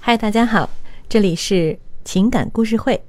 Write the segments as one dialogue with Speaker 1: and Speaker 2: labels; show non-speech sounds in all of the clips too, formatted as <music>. Speaker 1: 嗨，大家好，这里是情感故事会。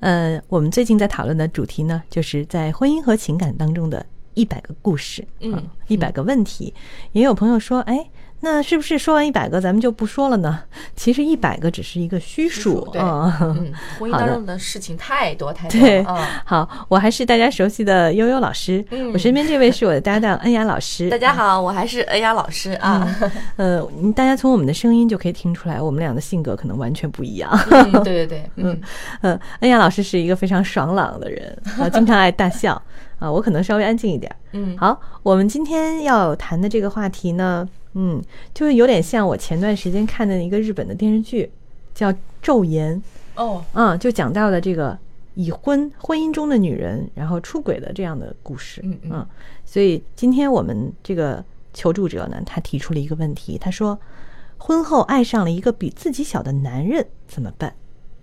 Speaker 1: 呃，我们最近在讨论的主题呢，就是在婚姻和情感当中的一百个故事，啊
Speaker 2: 嗯，
Speaker 1: 一百个问题。也有朋友说，哎，那是不是说完一百个咱们就不说了呢？其实一百个只是一个虚数
Speaker 2: 对，
Speaker 1: 啊。
Speaker 2: 嗯，婚姻
Speaker 1: 好
Speaker 2: 当
Speaker 1: 的
Speaker 2: 中的事情太多太多
Speaker 1: 对
Speaker 2: 了啊！
Speaker 1: 好，我还是大家熟悉的悠悠老师，
Speaker 2: 嗯
Speaker 1: 我身边这位是我的搭
Speaker 2: <laughs>
Speaker 1: 档恩雅老师。
Speaker 2: 大家好，我还是恩雅老师啊。
Speaker 1: 呃，你大家从我们的声音就可以听出来，我们俩的性格可能完全不一样。
Speaker 2: 嗯，对对对， <laughs> 嗯，
Speaker 1: 嗯，恩雅老师是一个非常爽朗的人，啊，经常爱大笑啊，我可能稍微安静一点儿。
Speaker 2: 嗯
Speaker 1: 好，我们今天要谈的这个话题呢，嗯，就是有点像我前段时间看的一个日本的电视剧，叫《昼颜》，
Speaker 2: 哦，
Speaker 1: 啊，就讲到了这个已婚婚姻中的女人，然后出轨的这样的故事。
Speaker 2: 嗯嗯
Speaker 1: 所以今天我们这个求助者呢，他提出了一个问题，他说，婚后爱上了一个比自己小的男人怎么办？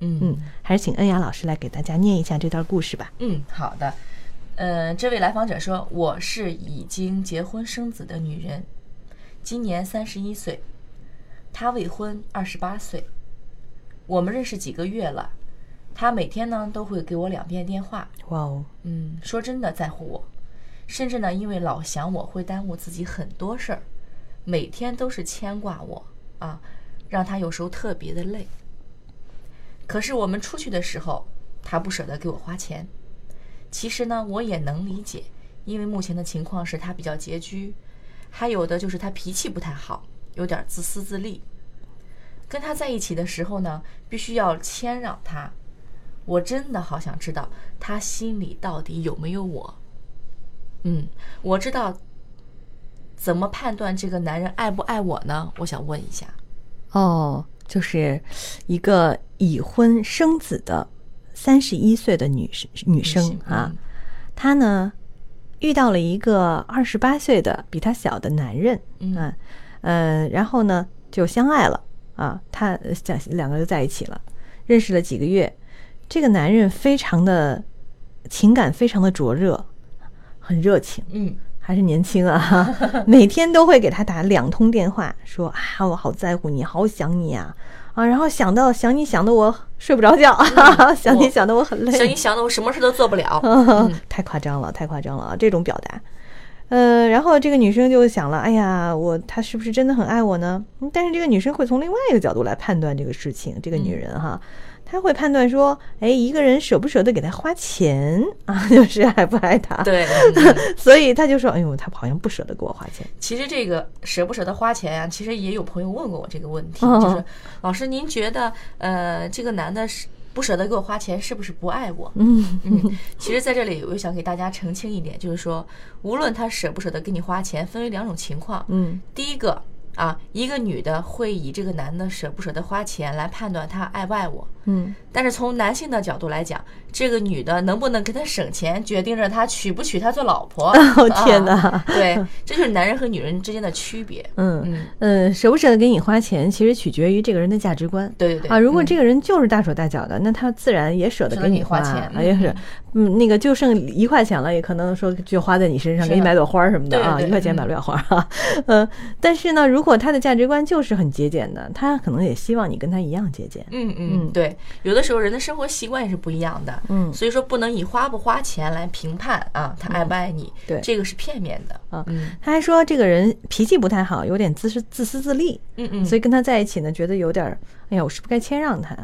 Speaker 2: 嗯
Speaker 1: 嗯，还是请恩雅老师来给大家念一下这段故事吧。
Speaker 2: 嗯，好的。呃，这位来访者说，我是已经结婚生子的女人，今年三十一岁，她未婚，二十八岁。我们认识几个月了，她每天呢都会给我两遍电话，
Speaker 1: 哇哦，
Speaker 2: 嗯，说真的在乎我，甚至呢，因为老想我会耽误自己很多事儿，每天都是牵挂我啊，让他有时候特别的累。可是我们出去的时候，他不舍得给我花钱。其实呢，我也能理解，因为目前的情况是他比较拮据，还有的就是他脾气不太好，有点自私自利。跟他在一起的时候呢，必须要谦让他，我真的好想知道他心里到底有没有我。嗯，我知道怎么判断这个男人爱不爱我呢？我想问一下。
Speaker 1: 哦，就是一个已婚生子的三十一岁的女生女生啊，她呢遇到了一个二十八岁的比她小的男人，
Speaker 2: 嗯
Speaker 1: 啊，呃，然后呢就相爱了啊，她呃想两个人就在一起了，认识了几个月，这个男人非常的情感非常的灼热，很热情，
Speaker 2: 嗯
Speaker 1: 还是年轻啊， <laughs> 每天都会给他打两通电话，说啊，我好在乎你，好想你呀、啊，然后想到想你想的我睡不着觉， <laughs> 想你
Speaker 2: 我
Speaker 1: 想的我很
Speaker 2: 嗯，想你嗯
Speaker 1: 累， <laughs>
Speaker 2: 想的我什么事都做不了。
Speaker 1: 嗯太夸张了，太夸张了啊，这种表达。呃，然后这个女生就想了，哎呀，我他是不是真的很爱我呢？嗯但是这个女生会从另外一个角度来判断这个事情，这个女人哈，
Speaker 2: 嗯
Speaker 1: 她会判断说，哎，一个人舍不舍得给他花钱 <laughs> 啊，就是爱不爱他， <laughs>
Speaker 2: 对，嗯
Speaker 1: 所以她就说，哎呦，他好像不舍得给我花钱。
Speaker 2: 其实这个舍不舍得花钱啊，其实也有朋友问过我这个问题，
Speaker 1: 哦
Speaker 2: 就是老师您觉得呃这个男的是不舍得给我花钱，是不是不爱
Speaker 1: <laughs>
Speaker 2: 我？
Speaker 1: 嗯
Speaker 2: 嗯，其实在这里我想给大家澄清一点，就是说，无论他舍不舍得给你花钱，分为两种情况。
Speaker 1: 嗯
Speaker 2: 第一个啊，一个女的会以这个男的舍不舍得花钱来判断他爱不爱我，
Speaker 1: 嗯
Speaker 2: 但是从男性的角度来讲，这个女的能不能给他省钱，决定着他娶不娶他做老婆。
Speaker 1: <laughs> 哦天哪
Speaker 2: 啊对，这就是男人和女人之间的区别。
Speaker 1: 嗯
Speaker 2: 嗯，
Speaker 1: 嗯，舍不舍得给你花钱，其实取决于这个人的价值观。
Speaker 2: 对对对。
Speaker 1: 啊，如果
Speaker 2: 嗯
Speaker 1: 这个人就是大手大脚的，那他自然也舍得
Speaker 2: 舍
Speaker 1: 给
Speaker 2: 得
Speaker 1: 你
Speaker 2: 你花
Speaker 1: 啊
Speaker 2: 钱
Speaker 1: 啊也是，嗯，那个就剩一块钱了，也可能说就花在你身上，
Speaker 2: 是
Speaker 1: 给你买朵花儿什么的啊，
Speaker 2: 对对对
Speaker 1: 一块钱买不了花儿啊， <laughs> 嗯，但是呢，如果他的价值观就是很节俭的，他可能也希望你跟他一样节俭。
Speaker 2: 嗯
Speaker 1: 嗯
Speaker 2: 嗯，对，有的时候人的生活习惯也是不一样的，
Speaker 1: 嗯
Speaker 2: 所以说不能以花不花钱来评判啊，他爱不爱你，
Speaker 1: 嗯对
Speaker 2: 这个是片面的
Speaker 1: 啊
Speaker 2: 嗯
Speaker 1: 他还说这个人脾气不太好，有点自私自私自利，
Speaker 2: 嗯嗯，
Speaker 1: 所以
Speaker 2: 以
Speaker 1: 跟他在一起呢，觉得有点，儿，哎呀，我是不是该谦让他？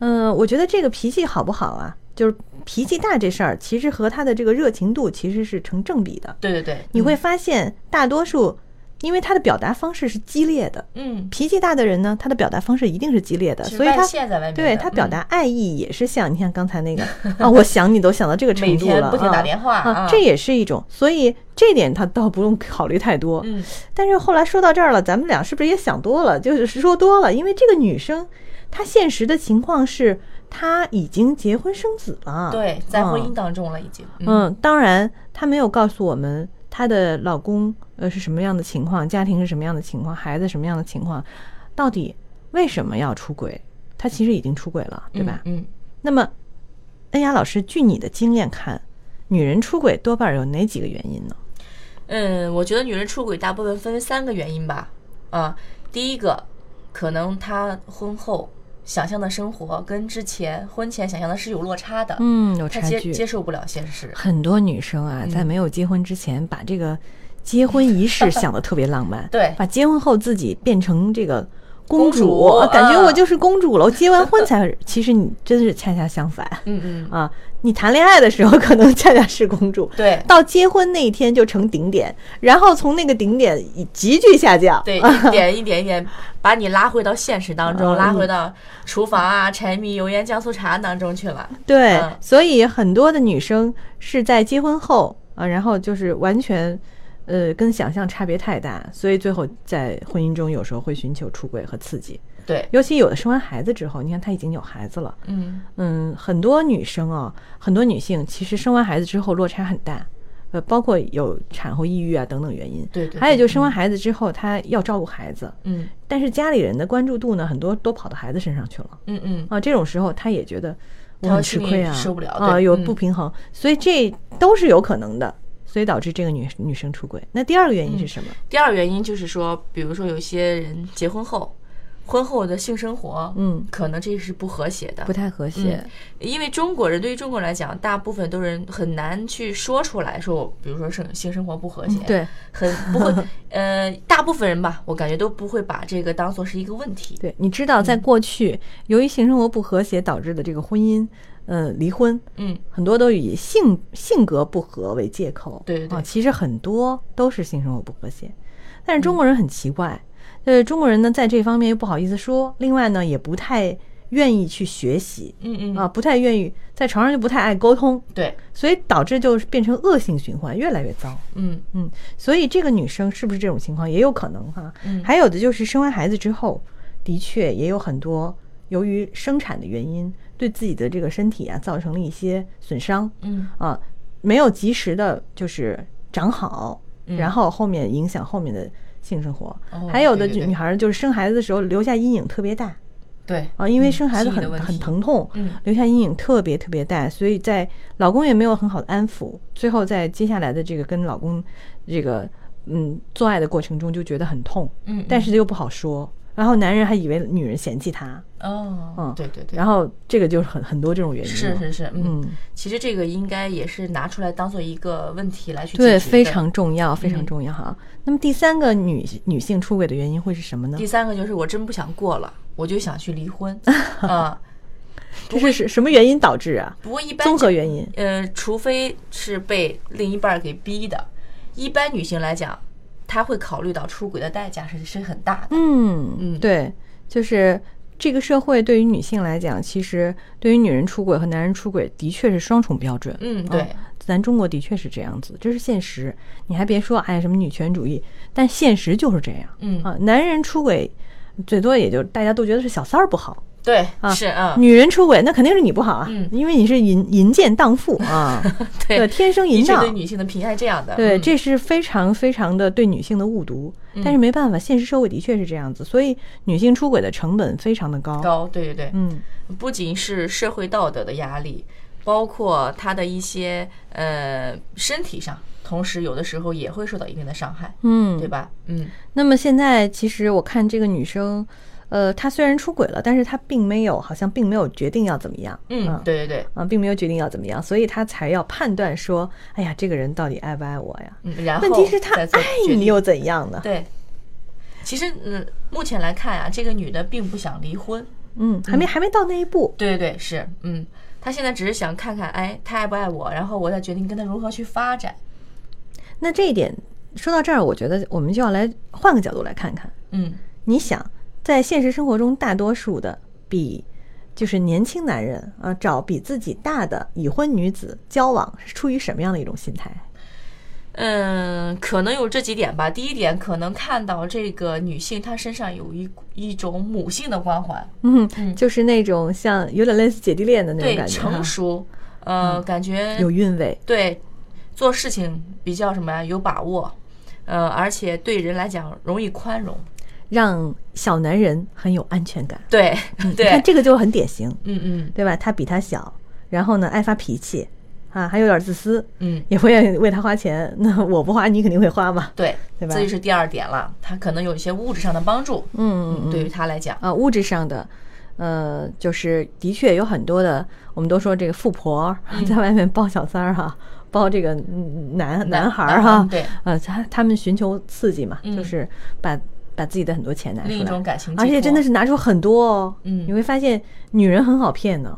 Speaker 1: 嗯、我觉得这个脾气好不好啊，就是脾气大这事儿，其实和他的这个热情度其实是成正比的。
Speaker 2: 对对对，
Speaker 1: 你
Speaker 2: 嗯
Speaker 1: 会发现，大多数因为他的表达方式是激烈的，
Speaker 2: 嗯，
Speaker 1: 脾气大的人呢，他的表达方式一定是激烈的，
Speaker 2: 是
Speaker 1: 所以他
Speaker 2: 外泄在外面的，
Speaker 1: 对他表
Speaker 2: 嗯
Speaker 1: 达爱意也是像你像刚才那
Speaker 2: <laughs>
Speaker 1: 个啊，我想你都想到这个程
Speaker 2: 每
Speaker 1: 度
Speaker 2: 天
Speaker 1: 了，
Speaker 2: 不停打
Speaker 1: 啊
Speaker 2: 电话
Speaker 1: 啊，这也是一种，所以这点他倒不用考虑太多。
Speaker 2: 嗯
Speaker 1: 但是后来说到这儿了，咱们俩是不是也想多了？就是说多了，因为这个女生她现实的情况是，她已经结婚生子了。，
Speaker 2: 对，在婚
Speaker 1: 嗯
Speaker 2: 姻当中了已经，
Speaker 1: 嗯，当然她没有告诉我们她的老公呃是什么样的情况，家庭是什么样的情况，孩子什么样的情况，到底为什么要出轨？她其实已经出轨了，对吧？
Speaker 2: 嗯，
Speaker 1: 那么，恩雅老师，据你的经验看，女人出轨多半有哪几个原因呢？
Speaker 2: 嗯嗯，我觉得女人出轨大部分分为三个原因吧，啊，第一个可能他婚后想象的生活跟之前婚前想象的是有落差的，
Speaker 1: 嗯，有
Speaker 2: 他
Speaker 1: 差
Speaker 2: 接
Speaker 1: 距。
Speaker 2: 接受不了现实。
Speaker 1: 很多女生啊，
Speaker 2: 嗯
Speaker 1: 在没有结婚之前，把这个结婚仪式 <laughs> 想的特别浪漫，
Speaker 2: 对
Speaker 1: 把结婚后自己变成这个
Speaker 2: 公
Speaker 1: 公主，
Speaker 2: 主啊
Speaker 1: 感觉我就是公主了。我结完婚才， <laughs> 其实你真是恰恰相反
Speaker 2: 嗯嗯，
Speaker 1: 啊！你谈恋爱的时候可能恰恰是公主，
Speaker 2: 对
Speaker 1: 到结婚那一天就成顶点，然后从那个顶点以急剧下降。 <laughs>
Speaker 2: 对，一点一点一点把你拉回到现实当中，
Speaker 1: 嗯
Speaker 2: 拉回到厨房啊、柴米油盐酱醋茶当中去了。
Speaker 1: 对，
Speaker 2: 嗯
Speaker 1: 所以很多的女生是在结婚后啊，然后就是完全，呃，跟想象差别太大，所以最后在婚姻中有时候会寻求出轨和刺激。
Speaker 2: 对，
Speaker 1: 尤其有的生完孩子之后，你看她已经有孩子了，
Speaker 2: 嗯，
Speaker 1: 嗯，很多女生啊，很多女性其实生完孩子之后落差很大，呃，包括有产后抑郁啊等等原因。
Speaker 2: 对对嗯
Speaker 1: 还有
Speaker 2: 对
Speaker 1: 就生完孩子之后，她要照顾孩子，
Speaker 2: 嗯
Speaker 1: 但是家里人的关注度呢，很多都跑到孩子身上去了。
Speaker 2: 嗯嗯，
Speaker 1: 啊，这种时候他也觉得我
Speaker 2: 他
Speaker 1: 很吃
Speaker 2: 心里
Speaker 1: 亏啊，
Speaker 2: 受不了
Speaker 1: 啊，
Speaker 2: 对
Speaker 1: 有
Speaker 2: 嗯
Speaker 1: 不平衡，所以这都是有可能的，所以导致这个女女生出轨。那第二个原因是
Speaker 2: 嗯
Speaker 1: 什么？
Speaker 2: 第二原因就是说，比如说有些人结婚后，婚后的性生活，
Speaker 1: 嗯，
Speaker 2: 可能这是不和谐的
Speaker 1: 不，太和谐。
Speaker 2: 因为中国人对于中国人来讲，大部分都人很难去说出来说我，比如说性性生活不和谐，，
Speaker 1: 嗯对
Speaker 2: 很不会，
Speaker 1: <laughs>
Speaker 2: 呃，大部分人吧，我感觉都不会把这个当做是一个问题，
Speaker 1: 对，你知
Speaker 2: 嗯
Speaker 1: 道，在过去、由于性生活不和谐导致的这个婚姻，呃，离婚，
Speaker 2: 嗯，
Speaker 1: 很多都以性性格不合为借口。
Speaker 2: 对对对
Speaker 1: 啊，其实很多都是性生活不和谐，但
Speaker 2: 嗯
Speaker 1: 是中国人很奇怪，呃，中国人呢在这方面又不好意思说，另外呢也不太愿意去学习。
Speaker 2: 嗯嗯，
Speaker 1: 啊，不太愿意在床上就不太爱沟通，
Speaker 2: 对，
Speaker 1: 所以导致就是变成恶性循环，越来越糟。
Speaker 2: 嗯
Speaker 1: 嗯，所以这个女生是不是这种情况也有可能哈、
Speaker 2: 嗯
Speaker 1: 还有的就是生完孩子之后，的确也有很多由于生产的原因，对自己的这个身体啊造成了一些损伤
Speaker 2: 嗯
Speaker 1: 啊，没有及时的就是长好，
Speaker 2: 嗯
Speaker 1: 然后后面影响后面的性生活。
Speaker 2: 哦
Speaker 1: 还有的
Speaker 2: 对对对
Speaker 1: 女孩儿就是生孩子的时候留下阴影特别大。
Speaker 2: 对，
Speaker 1: 啊，因为生孩子
Speaker 2: 心理
Speaker 1: 很
Speaker 2: 嗯的问
Speaker 1: 很
Speaker 2: 题
Speaker 1: 疼痛，
Speaker 2: 嗯
Speaker 1: 留下阴影特别特别大，所以在老公也没有很好的安抚，最后在接下来的这个跟老公这个嗯做爱的过程中就觉得很痛，
Speaker 2: 嗯，
Speaker 1: 但是又不好说，然后男人还以为女人嫌弃他，
Speaker 2: 哦，
Speaker 1: 嗯
Speaker 2: 对对对，
Speaker 1: 然
Speaker 2: 后
Speaker 1: 后这个就是很很多这种原因
Speaker 2: 是
Speaker 1: 了，
Speaker 2: 是是，嗯，
Speaker 1: 嗯，
Speaker 2: 其实这个应该也是拿出来当做一个问题来去解决
Speaker 1: 对，
Speaker 2: 的
Speaker 1: 非。常重要，非常
Speaker 2: 嗯
Speaker 1: 重要哈。那么第三个女女性出轨的原因会是什么呢
Speaker 2: 第？三个就是我真不想过了，我就想去
Speaker 1: <laughs>
Speaker 2: 离婚啊。
Speaker 1: 这是是什么原因导致啊？
Speaker 2: 不过一般
Speaker 1: 综合
Speaker 2: 这
Speaker 1: 原因，
Speaker 2: 呃，除非是被另一半儿给逼的，一般女性来讲，她会考虑到出轨的代价是是很大的。
Speaker 1: 嗯
Speaker 2: 嗯
Speaker 1: 对，就是这个社会对于女性来讲，其实对于女人出轨和男人出轨的确是双重标准。
Speaker 2: 嗯，
Speaker 1: 啊
Speaker 2: 对，
Speaker 1: 咱中国的确是这样子，这是现实。你还别说，哎，什么女权主义，但现实就是这样
Speaker 2: 嗯，
Speaker 1: 啊。男人出轨，最多也就大家都觉得是小三儿不好，
Speaker 2: 对，
Speaker 1: 啊
Speaker 2: 是啊，
Speaker 1: 女人出轨那肯定是你不好啊，
Speaker 2: 嗯
Speaker 1: 因为你是淫淫贱荡妇啊，
Speaker 2: <laughs> 对
Speaker 1: 天生
Speaker 2: 一
Speaker 1: 淫
Speaker 2: 直
Speaker 1: 荡
Speaker 2: 对。女性的评价是这样的。
Speaker 1: 对，
Speaker 2: 嗯
Speaker 1: 这是非常非常的对女性的误读，但是没办法，现实社会的确是这样子，所以女性出轨的成本非常的高。
Speaker 2: 高，对对对，
Speaker 1: 嗯，
Speaker 2: 不仅是社会道德的压力，包括她的一些呃身体上，同时有的时候也会受到一定的伤害，
Speaker 1: 嗯
Speaker 2: 对吧？嗯，
Speaker 1: 那么现在其实我看这个女生，呃，她虽然出轨了，但是她并没有，好像并没有决定要怎么样。
Speaker 2: 嗯，对对对，
Speaker 1: 啊，并没有决定要怎么样，所以她才要判断说，哎呀，这个人到底爱不爱我呀？
Speaker 2: 嗯，然后
Speaker 1: 问题是她
Speaker 2: 再做
Speaker 1: 爱
Speaker 2: 决
Speaker 1: 你哦
Speaker 2: 定
Speaker 1: 又怎样呢？
Speaker 2: 对，其实嗯，目前来看啊，这个女的并不想离婚。
Speaker 1: 嗯，还没还没到那一步。
Speaker 2: 对对对，是，嗯，她现在只是想看看，哎，她爱不爱我，然后我再决定跟她如何去发展。
Speaker 1: 那这一点说到这儿，我觉得我们就要来换个角度来看看。
Speaker 2: 嗯，
Speaker 1: 你想，在现实生活中，大多数的比就是年轻男人啊，找比自己大的已婚女子交往，是出于什么样的一种心态？
Speaker 2: 嗯，可能有这几点吧。第一点，可能看到这个女性她身上有一股一种母性的光环，
Speaker 1: 嗯，
Speaker 2: 嗯
Speaker 1: 就是那种像有点类似姐弟恋的那种
Speaker 2: 对，
Speaker 1: 感觉哈，嗯
Speaker 2: 成熟，呃，感觉
Speaker 1: 有韵味。
Speaker 2: 对做事情比较什么呀，有把握，呃，而且对人来讲容易宽容。
Speaker 1: 让小男人很有安全感，
Speaker 2: 对
Speaker 1: 嗯你看
Speaker 2: 对，
Speaker 1: 这个就很典型，
Speaker 2: 嗯嗯，
Speaker 1: 对吧？他比他小，然后呢爱发脾气，啊，还有点自私，
Speaker 2: 嗯，
Speaker 1: 也不愿意为他花钱。那我不花，你肯定会花嘛？
Speaker 2: 对，
Speaker 1: 对吧
Speaker 2: 这就是第二点了。他可能有一些物质上的帮助，
Speaker 1: 嗯
Speaker 2: 嗯，对于他来讲，
Speaker 1: 啊，物质上的，呃，就是的确有很多的，我们都说这个富婆 <laughs>
Speaker 2: 嗯
Speaker 1: 在外面包小三儿、哈，包这个嗯男男孩儿、
Speaker 2: 男
Speaker 1: 哈
Speaker 2: 孩，对，
Speaker 1: 呃，他他们寻求刺激嘛，
Speaker 2: 嗯
Speaker 1: 就是把把自己的很多钱拿出来，
Speaker 2: 另一种感情寄托，
Speaker 1: 而且真的是拿出很多哦。
Speaker 2: 嗯
Speaker 1: 你会发现女人很好骗
Speaker 2: <laughs>
Speaker 1: 呢，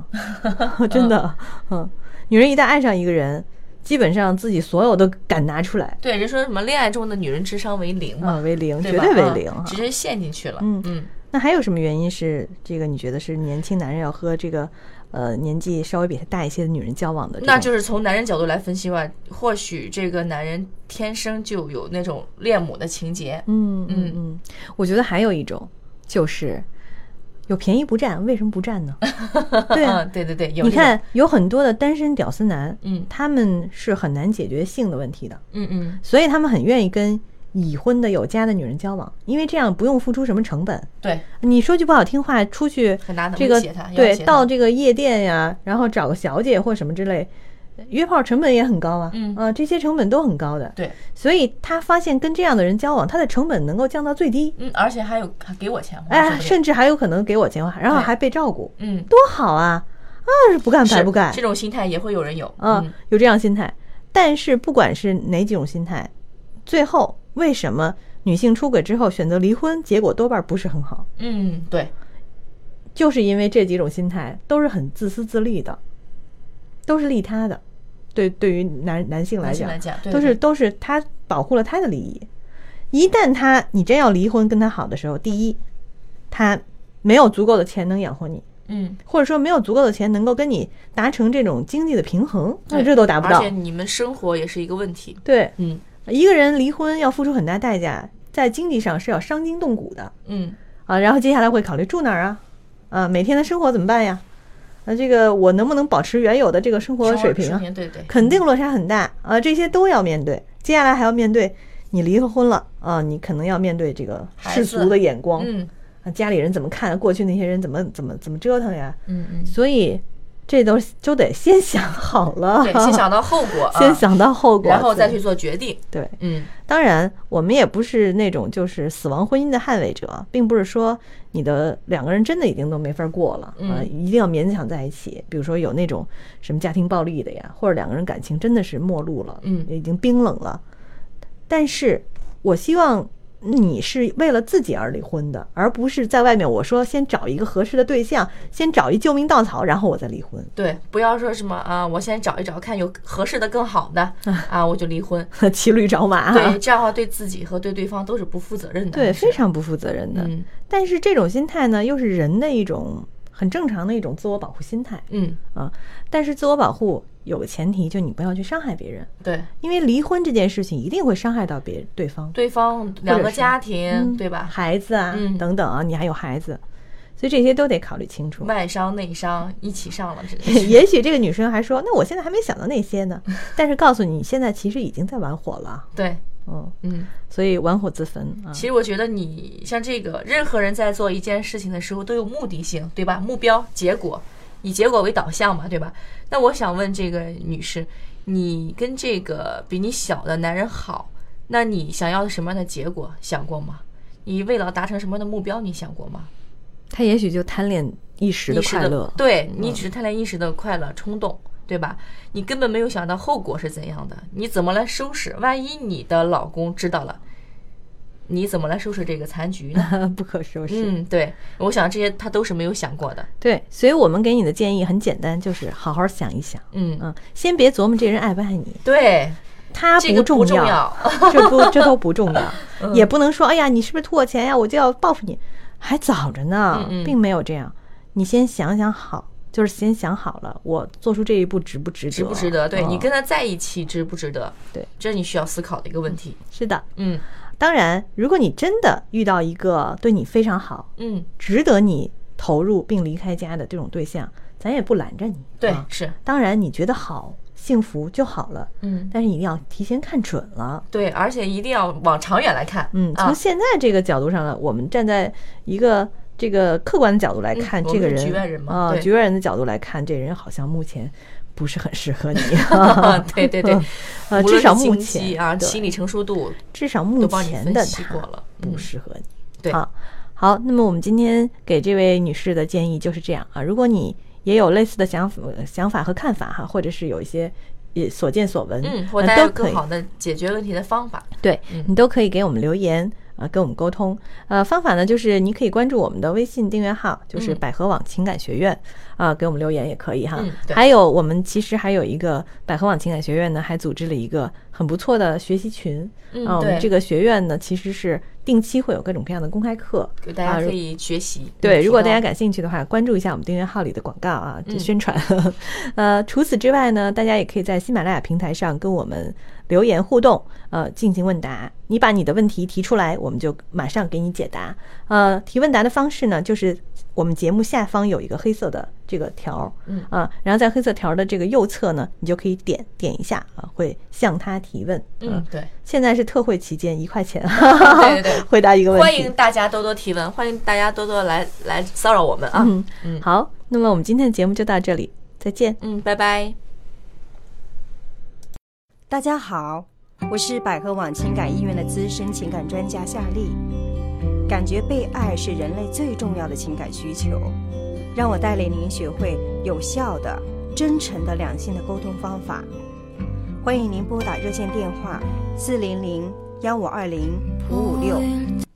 Speaker 1: 真的。嗯，女人一旦爱上一个人，基本上自己所有都敢拿出来，
Speaker 2: 对人说什么恋爱中的女人智商为零
Speaker 1: 啊，
Speaker 2: 嘛，
Speaker 1: 为零，
Speaker 2: 嗯对
Speaker 1: 绝
Speaker 2: 吧
Speaker 1: 对为
Speaker 2: 啊
Speaker 1: 零。哈
Speaker 2: 直接陷进去了。
Speaker 1: 嗯
Speaker 2: 嗯，
Speaker 1: 那还有什么原因是这个？你觉得是年轻男人要和这个呃年纪稍微比他大一些的女人交往的这种？
Speaker 2: 那就是从男人角度来分析吧，或许这个男人天生就有那种恋母的情节。
Speaker 1: 嗯嗯
Speaker 2: 嗯
Speaker 1: 嗯，我觉得还有一种就是有便宜不占，为什么不占
Speaker 2: <laughs>
Speaker 1: 呢？对啊，
Speaker 2: 嗯，对对对，有
Speaker 1: 你
Speaker 2: 这种，
Speaker 1: 看有很多的单身屌丝男，
Speaker 2: 嗯
Speaker 1: 他们是很难解决性的问题的，
Speaker 2: 嗯嗯，
Speaker 1: 所以他们很愿意跟已婚的有家的女人交往，因为这样不用付出什么成本。
Speaker 2: 对，
Speaker 1: 你说句不好听话，出去
Speaker 2: 很大的
Speaker 1: 这个
Speaker 2: 威胁他要
Speaker 1: 对
Speaker 2: 挟他
Speaker 1: 到这个夜店呀，然后找个小姐或什么之类，约炮成本也很高啊，
Speaker 2: 嗯
Speaker 1: 啊，这些成本都很高的。，
Speaker 2: 对，
Speaker 1: 所以他发现跟这样的人交往，他的成本能够降到最低，
Speaker 2: 嗯，而且还有还给我钱花，
Speaker 1: 哎，
Speaker 2: 是不是
Speaker 1: 甚至还有可能给我钱花，然后
Speaker 2: 对
Speaker 1: 还被照顾，
Speaker 2: 嗯，
Speaker 1: 多好啊！啊，是不干白
Speaker 2: 是
Speaker 1: 不干
Speaker 2: 这，种心态也会有人嗯有，
Speaker 1: 啊，有这样心态。但是不管是哪几种心态，最后为什么女性出轨之后选择离婚，结果多半不是很好，
Speaker 2: 嗯，嗯对，
Speaker 1: 就是因为这几种心态都是很自私自利的，都是利他的。对，对于男男性来
Speaker 2: 男性
Speaker 1: 讲，
Speaker 2: 来讲，对
Speaker 1: 都
Speaker 2: 对
Speaker 1: 是都是他保护了他的利益。一旦他你真要离婚跟他好的时候，第一，他没有足够的钱能养活你，
Speaker 2: 嗯，
Speaker 1: 或者说没有足够的钱能够跟你达成这种经济的平衡，那
Speaker 2: 对
Speaker 1: 这都达不到
Speaker 2: 而且。你们生活也是一个问题，
Speaker 1: 对，
Speaker 2: 嗯
Speaker 1: 一个人离婚要付出很大代价，在经济上是要伤筋动骨的
Speaker 2: 嗯
Speaker 1: 啊。然后接下来会考虑住哪儿啊，啊，每天的生活怎么办呀？啊，这个我能不能保持原有的这个生活水平啊？
Speaker 2: 对对，
Speaker 1: 肯定落差很大啊，这些都要面对。接下来还要面对你离了婚了啊，你可能要面对这个世俗的眼光，
Speaker 2: 嗯
Speaker 1: 啊，家里人怎么看，过去那些人怎么怎么怎么折腾呀？
Speaker 2: 嗯嗯，
Speaker 1: 所以这都都得先想好了，
Speaker 2: 对，先想到后果啊，
Speaker 1: 啊 <laughs> 先想到后果，
Speaker 2: 然后再去做决定，
Speaker 1: 对。
Speaker 2: 嗯
Speaker 1: 当然，我们也不是那种就是死亡婚姻的捍卫者，并不是说你的两个人真的已经都没法过了，
Speaker 2: 嗯
Speaker 1: 啊，一定要勉强在一起。比如说有那种什么家庭暴力的呀，或者两个人感情真的是末路了，
Speaker 2: 嗯
Speaker 1: 已经冰冷了。但是我希望你是为了自己而离婚的，而不是在外面我说先找一个合适的对象，先找一救命稻草，然后我再离婚。 <laughs>
Speaker 2: 对，不要说什么啊，我先找一找看有合适的更好的啊，我就离婚。
Speaker 1: 骑驴找马啊，
Speaker 2: 对，这样的话对自己和对对方都是不负责任的。
Speaker 1: <laughs> 对，
Speaker 2: 是
Speaker 1: 非常不负责任的。
Speaker 2: 嗯
Speaker 1: 但是这种心态呢，又是人的一种很正常的一种自我保护心态
Speaker 2: 嗯，
Speaker 1: 啊。但是自我保护有个前提，就你不要去伤害别人，
Speaker 2: 对，
Speaker 1: 因为离婚这件事情一定会伤害到别对方，
Speaker 2: 对方两个
Speaker 1: 是
Speaker 2: 家庭
Speaker 1: 嗯
Speaker 2: 对吧？
Speaker 1: 孩子啊、
Speaker 2: 嗯
Speaker 1: 等等啊，你还有孩子，所以这些都得考虑清楚。
Speaker 2: 外伤内伤一起
Speaker 1: <laughs>
Speaker 2: 上了，这
Speaker 1: 也许这个女生还说：“那我现在还没想到那些呢。” <laughs> 但是告诉你，你现在其实已经在玩火了，
Speaker 2: 对，
Speaker 1: 嗯，
Speaker 2: 嗯。
Speaker 1: 所以玩火自焚啊。
Speaker 2: 其实我觉得你像这个，任何人在做一件事情的时候都有目的性，对吧？目标、结果，以结果为导向嘛，对吧？那我想问这个女士，你跟这个比你小的男人好，那你想要什么样的结果想过吗？你为了达成什么样的目标，你想过吗？
Speaker 1: 她也许就贪恋一时的
Speaker 2: 一时
Speaker 1: 快乐，嗯
Speaker 2: 对你只是贪恋一时的快乐冲动，对吧？你根本没有想到后果是怎样的，你怎么来收拾？万一你的老公知道了，你怎么来收拾这个残局呢？
Speaker 1: <laughs> 不可收拾。
Speaker 2: 嗯，对，我想这些他都是没有想过的。
Speaker 1: 对，所以我们给你的建议很简单，就是好好想一想，
Speaker 2: 嗯，
Speaker 1: 嗯，先别琢磨这人爱不爱你，
Speaker 2: 对，
Speaker 1: 他
Speaker 2: 这个
Speaker 1: 重
Speaker 2: 重嗯
Speaker 1: 这不这都不重
Speaker 2: <laughs>
Speaker 1: 要，也不能说哎呀，你是不是图我钱呀，我就要报复你，还早着呢，
Speaker 2: 嗯嗯
Speaker 1: 并没有这样，你先想想好，就是先想好了，我做出这一步值不值得，
Speaker 2: 值不值得？对
Speaker 1: 嗯
Speaker 2: 你跟他在一起值不值得？
Speaker 1: 对，
Speaker 2: 这是你需要思考的一个问题。
Speaker 1: 是的。
Speaker 2: 嗯
Speaker 1: 当然，如果你真的遇到一个对你非常好、
Speaker 2: 嗯，
Speaker 1: 值得你投入并离开家的这种对象，咱也不拦着你，
Speaker 2: 对
Speaker 1: 啊，
Speaker 2: 是，
Speaker 1: 当然，你觉得好、幸福就好了，
Speaker 2: 嗯，
Speaker 1: 但是你一定要提前看准了。
Speaker 2: 对，而且一定要往长远来看。
Speaker 1: 嗯，从
Speaker 2: 啊，
Speaker 1: 现在这个角度上呢，我们站在一个这个客观的角度来
Speaker 2: 嗯
Speaker 1: 看，
Speaker 2: 我
Speaker 1: 这个
Speaker 2: 们是
Speaker 1: 人
Speaker 2: 局外人嘛
Speaker 1: 啊，
Speaker 2: 对。
Speaker 1: 局外人的角度来看，这人好像目前不是很适合你
Speaker 2: <laughs>
Speaker 1: <laughs>
Speaker 2: 对对对
Speaker 1: 呃，
Speaker 2: 无论
Speaker 1: 至
Speaker 2: 是
Speaker 1: 少目
Speaker 2: 经济
Speaker 1: 前
Speaker 2: 啊，
Speaker 1: 对
Speaker 2: 心理成熟度，
Speaker 1: 至少目
Speaker 2: 都帮你
Speaker 1: 前
Speaker 2: 分
Speaker 1: 的
Speaker 2: 析
Speaker 1: 他
Speaker 2: 过了
Speaker 1: 不
Speaker 2: 嗯
Speaker 1: 适合你。
Speaker 2: 对，
Speaker 1: 啊，好，那么我们今天给这位女士的建议就是这样啊。如果你也有类似的想法、想法和看法哈，或者是有一些也所见所闻，
Speaker 2: 嗯，或
Speaker 1: 呃
Speaker 2: 大家
Speaker 1: 都
Speaker 2: 有
Speaker 1: 可
Speaker 2: 更
Speaker 1: 以，
Speaker 2: 好的解决问题的方法。
Speaker 1: 对、
Speaker 2: 嗯
Speaker 1: 你都可以给我们留言啊，跟我们沟通。呃，方法呢就是你可以关注我们的微信订阅号，就是
Speaker 2: 嗯
Speaker 1: 百合网情感学院啊，给我们留言也可以哈。
Speaker 2: 嗯对
Speaker 1: 还有我们其实还有一个百合网情感学院呢，还组织了一个很不错的学习群。
Speaker 2: 嗯
Speaker 1: 啊，我们
Speaker 2: 对
Speaker 1: 这个学院呢其实是定期会有各种各样的公开课，
Speaker 2: 就大家
Speaker 1: 啊
Speaker 2: 可以学习。
Speaker 1: 对，
Speaker 2: 嗯
Speaker 1: 如果
Speaker 2: 提
Speaker 1: 大家
Speaker 2: 高
Speaker 1: 感兴趣的话，关注一下我们订阅号里的广告啊，就
Speaker 2: 嗯
Speaker 1: 宣传。 <laughs> 呃，除此之外呢，大家也可以在喜马拉雅平台上跟我们留言互动，呃，进行问答。你把你的问题提出来，我们就马上给你解答。呃，提问答的方式呢，就是我们节目下方有一个黑色的这个条儿，
Speaker 2: 嗯
Speaker 1: 啊，然后在黑色条儿的这个右侧呢，你就可以点点一下啊，会向他提问。呃
Speaker 2: 嗯，对，
Speaker 1: 现在是特惠期间，一块钱，
Speaker 2: 对对对
Speaker 1: <laughs> 回答一个问题。
Speaker 2: 欢迎大家多多提问，欢迎大家多多来来骚扰我们啊。
Speaker 1: 嗯，
Speaker 2: 嗯
Speaker 1: 好，那么我们今天的节目就到这里，再见。
Speaker 2: 嗯，拜拜。
Speaker 3: 大家好，我是百合网情感医院的资深情感专家夏丽。感觉被爱是人类最重要的情感需求，让我带领您学会有效的、真诚的两性的沟通方法。欢迎您拨打热线电话四零零幺五二零五五六。